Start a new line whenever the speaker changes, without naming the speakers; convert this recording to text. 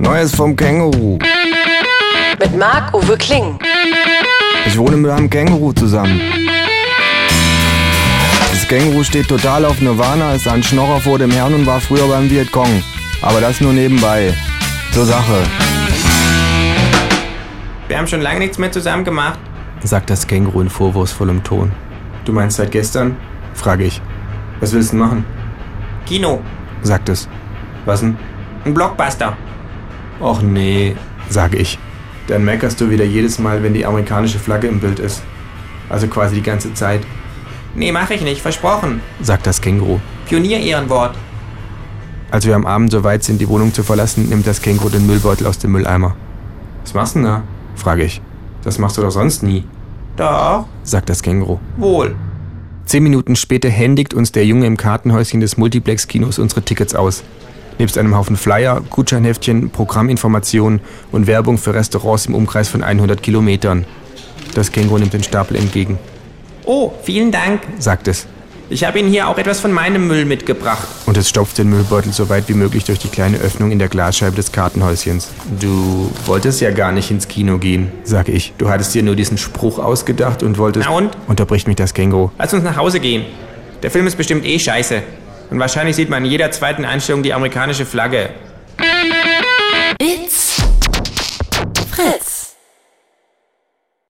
Neues vom Känguru.
Mit Marc-Uwe Kling.
Ich wohne mit einem Känguru zusammen. Das Känguru steht total auf Nirvana, ist ein Schnorrer vor dem Herrn und war früher beim Vietcong. Aber das nur nebenbei. Zur Sache.
Wir haben schon lange nichts mehr zusammen gemacht.
sagt das Känguru in vorwurfsvollem Ton.
Du meinst seit gestern?
Frage ich,
Was willst du denn machen? Kino.
sagt es.
Was denn? Ein Blockbuster.
Och nee, sage ich.
Dann meckerst du wieder jedes Mal, wenn die amerikanische Flagge im Bild ist. Also quasi die ganze Zeit. Nee, mach ich nicht, versprochen.
sagt das Känguru.
Pionier-Ehrenwort.
Als wir am Abend so weit sind, die Wohnung zu verlassen, nimmt das Känguru den Müllbeutel aus dem Mülleimer.
Was machst du denn da?
Frage ich,
Das machst du doch sonst nie. Doch,
sagt das Känguru.
wohl.
Zehn Minuten später händigt uns der Junge im Kartenhäuschen des Multiplex-Kinos unsere Tickets aus. Nebst einem Haufen Flyer, Gutscheinheftchen, Programminformationen und Werbung für Restaurants im Umkreis von 100 Kilometern. Das Känguru nimmt den Stapel entgegen,
Oh, vielen Dank.
sagt es.
Ich habe Ihnen hier auch etwas von meinem Müll mitgebracht.
Und es stopft den Müllbeutel so weit wie möglich durch die kleine Öffnung in der Glasscheibe des Kartenhäuschens. Du wolltest ja gar nicht ins Kino gehen, sage ich. Du hattest dir nur diesen Spruch ausgedacht und wolltest...
Na und?
Unterbricht mich das Känguru.
Lass uns nach Hause gehen. Der Film ist bestimmt eh scheiße. Und wahrscheinlich sieht man in jeder zweiten Einstellung die amerikanische Flagge.